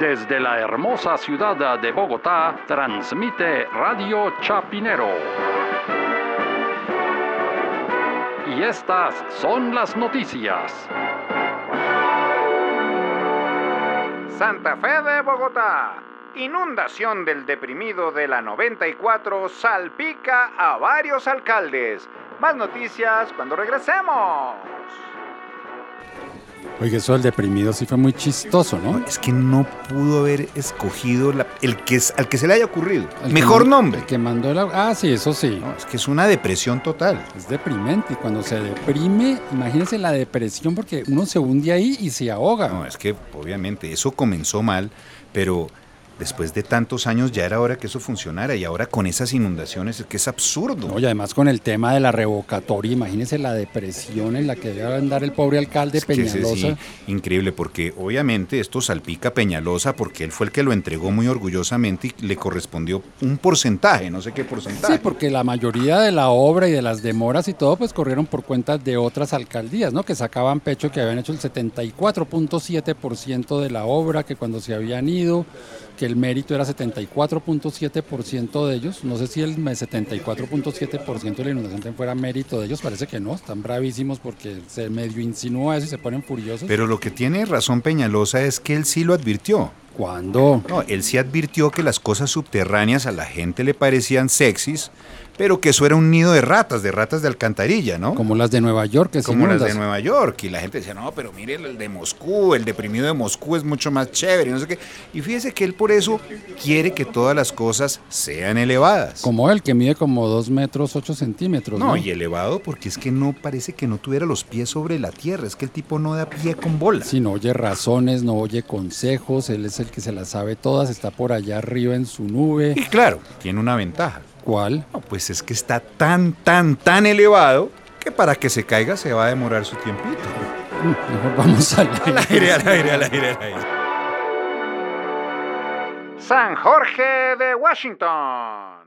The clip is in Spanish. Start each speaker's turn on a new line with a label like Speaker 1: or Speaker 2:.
Speaker 1: Desde la hermosa ciudad de Bogotá, transmite Radio Chapinero. Y estas son las noticias.
Speaker 2: Santa Fe de Bogotá. Inundación del deprimido de la 94 salpica a varios alcaldes. Más noticias cuando regresemos.
Speaker 3: Oye, eso del deprimido sí fue muy chistoso, ¿no?
Speaker 4: Es que no pudo haber escogido la- el que, es- al que se le haya ocurrido.
Speaker 3: El que
Speaker 4: Mejor
Speaker 3: mandó-
Speaker 4: nombre.
Speaker 3: el que mandó el agua. Ah, sí, eso sí.
Speaker 4: No, es que es una depresión total.
Speaker 3: Es deprimente. Y cuando se deprime, imagínense la depresión porque uno se hunde ahí y se ahoga.
Speaker 4: No, es que obviamente eso comenzó mal, pero después de tantos años ya era hora que eso funcionara y ahora con esas inundaciones es que es absurdo.
Speaker 3: No, y además con el tema de la revocatoria, imagínense la depresión en la que debe andar el pobre alcalde
Speaker 4: Es que ese sí,
Speaker 3: Peñalosa.
Speaker 4: increíble, porque obviamente esto salpica a Peñalosa porque él fue el que lo entregó muy orgullosamente y le correspondió un porcentaje, no sé qué porcentaje.
Speaker 3: Sí, porque la mayoría de la obra y de las demoras y todo, pues corrieron por cuenta de otras alcaldías, ¿no? Que sacaban pecho que habían hecho el 74.7% de la obra, que cuando se habían ido, que el mérito era 74.7% de ellos. No sé si el 74.7% de la inundación también fuera mérito de ellos, parece que no, están bravísimos porque se medio insinúa eso y se ponen furiosos.
Speaker 4: Pero lo que tiene razón Peñalosa es que él sí lo advirtió.
Speaker 3: ¿Cuándo?
Speaker 4: No, él sí advirtió que las cosas subterráneas a la gente le parecían sexys, pero que eso era un nido de ratas, de ratas de alcantarilla, ¿no?
Speaker 3: Como las de Nueva York, que se
Speaker 4: Como las de
Speaker 3: inundan.
Speaker 4: Nueva York. Y la gente decía, no, pero mire el de Moscú, el deprimido de Moscú es mucho más chévere, y no sé qué. Y fíjese que él por eso quiere que todas las cosas sean elevadas.
Speaker 3: Como él, que mide como 2 metros 8 centímetros. No,
Speaker 4: No, y elevado porque es que no parece que no tuviera los pies sobre la tierra, es que el tipo no da pie con bola.
Speaker 3: Si no oye razones, no oye consejos, él es el que se las sabe todas, está por allá arriba en su nube.
Speaker 4: Y claro, tiene una ventaja.
Speaker 3: ¿Cuál?
Speaker 4: No, pues es que está tan, tan, tan elevado que para que se caiga se va a demorar su tiempito.
Speaker 3: Mm, Mejor vamos al
Speaker 4: Al aire,
Speaker 3: aire.
Speaker 4: al aire, al aire, al aire.
Speaker 2: San Jorge de Washington.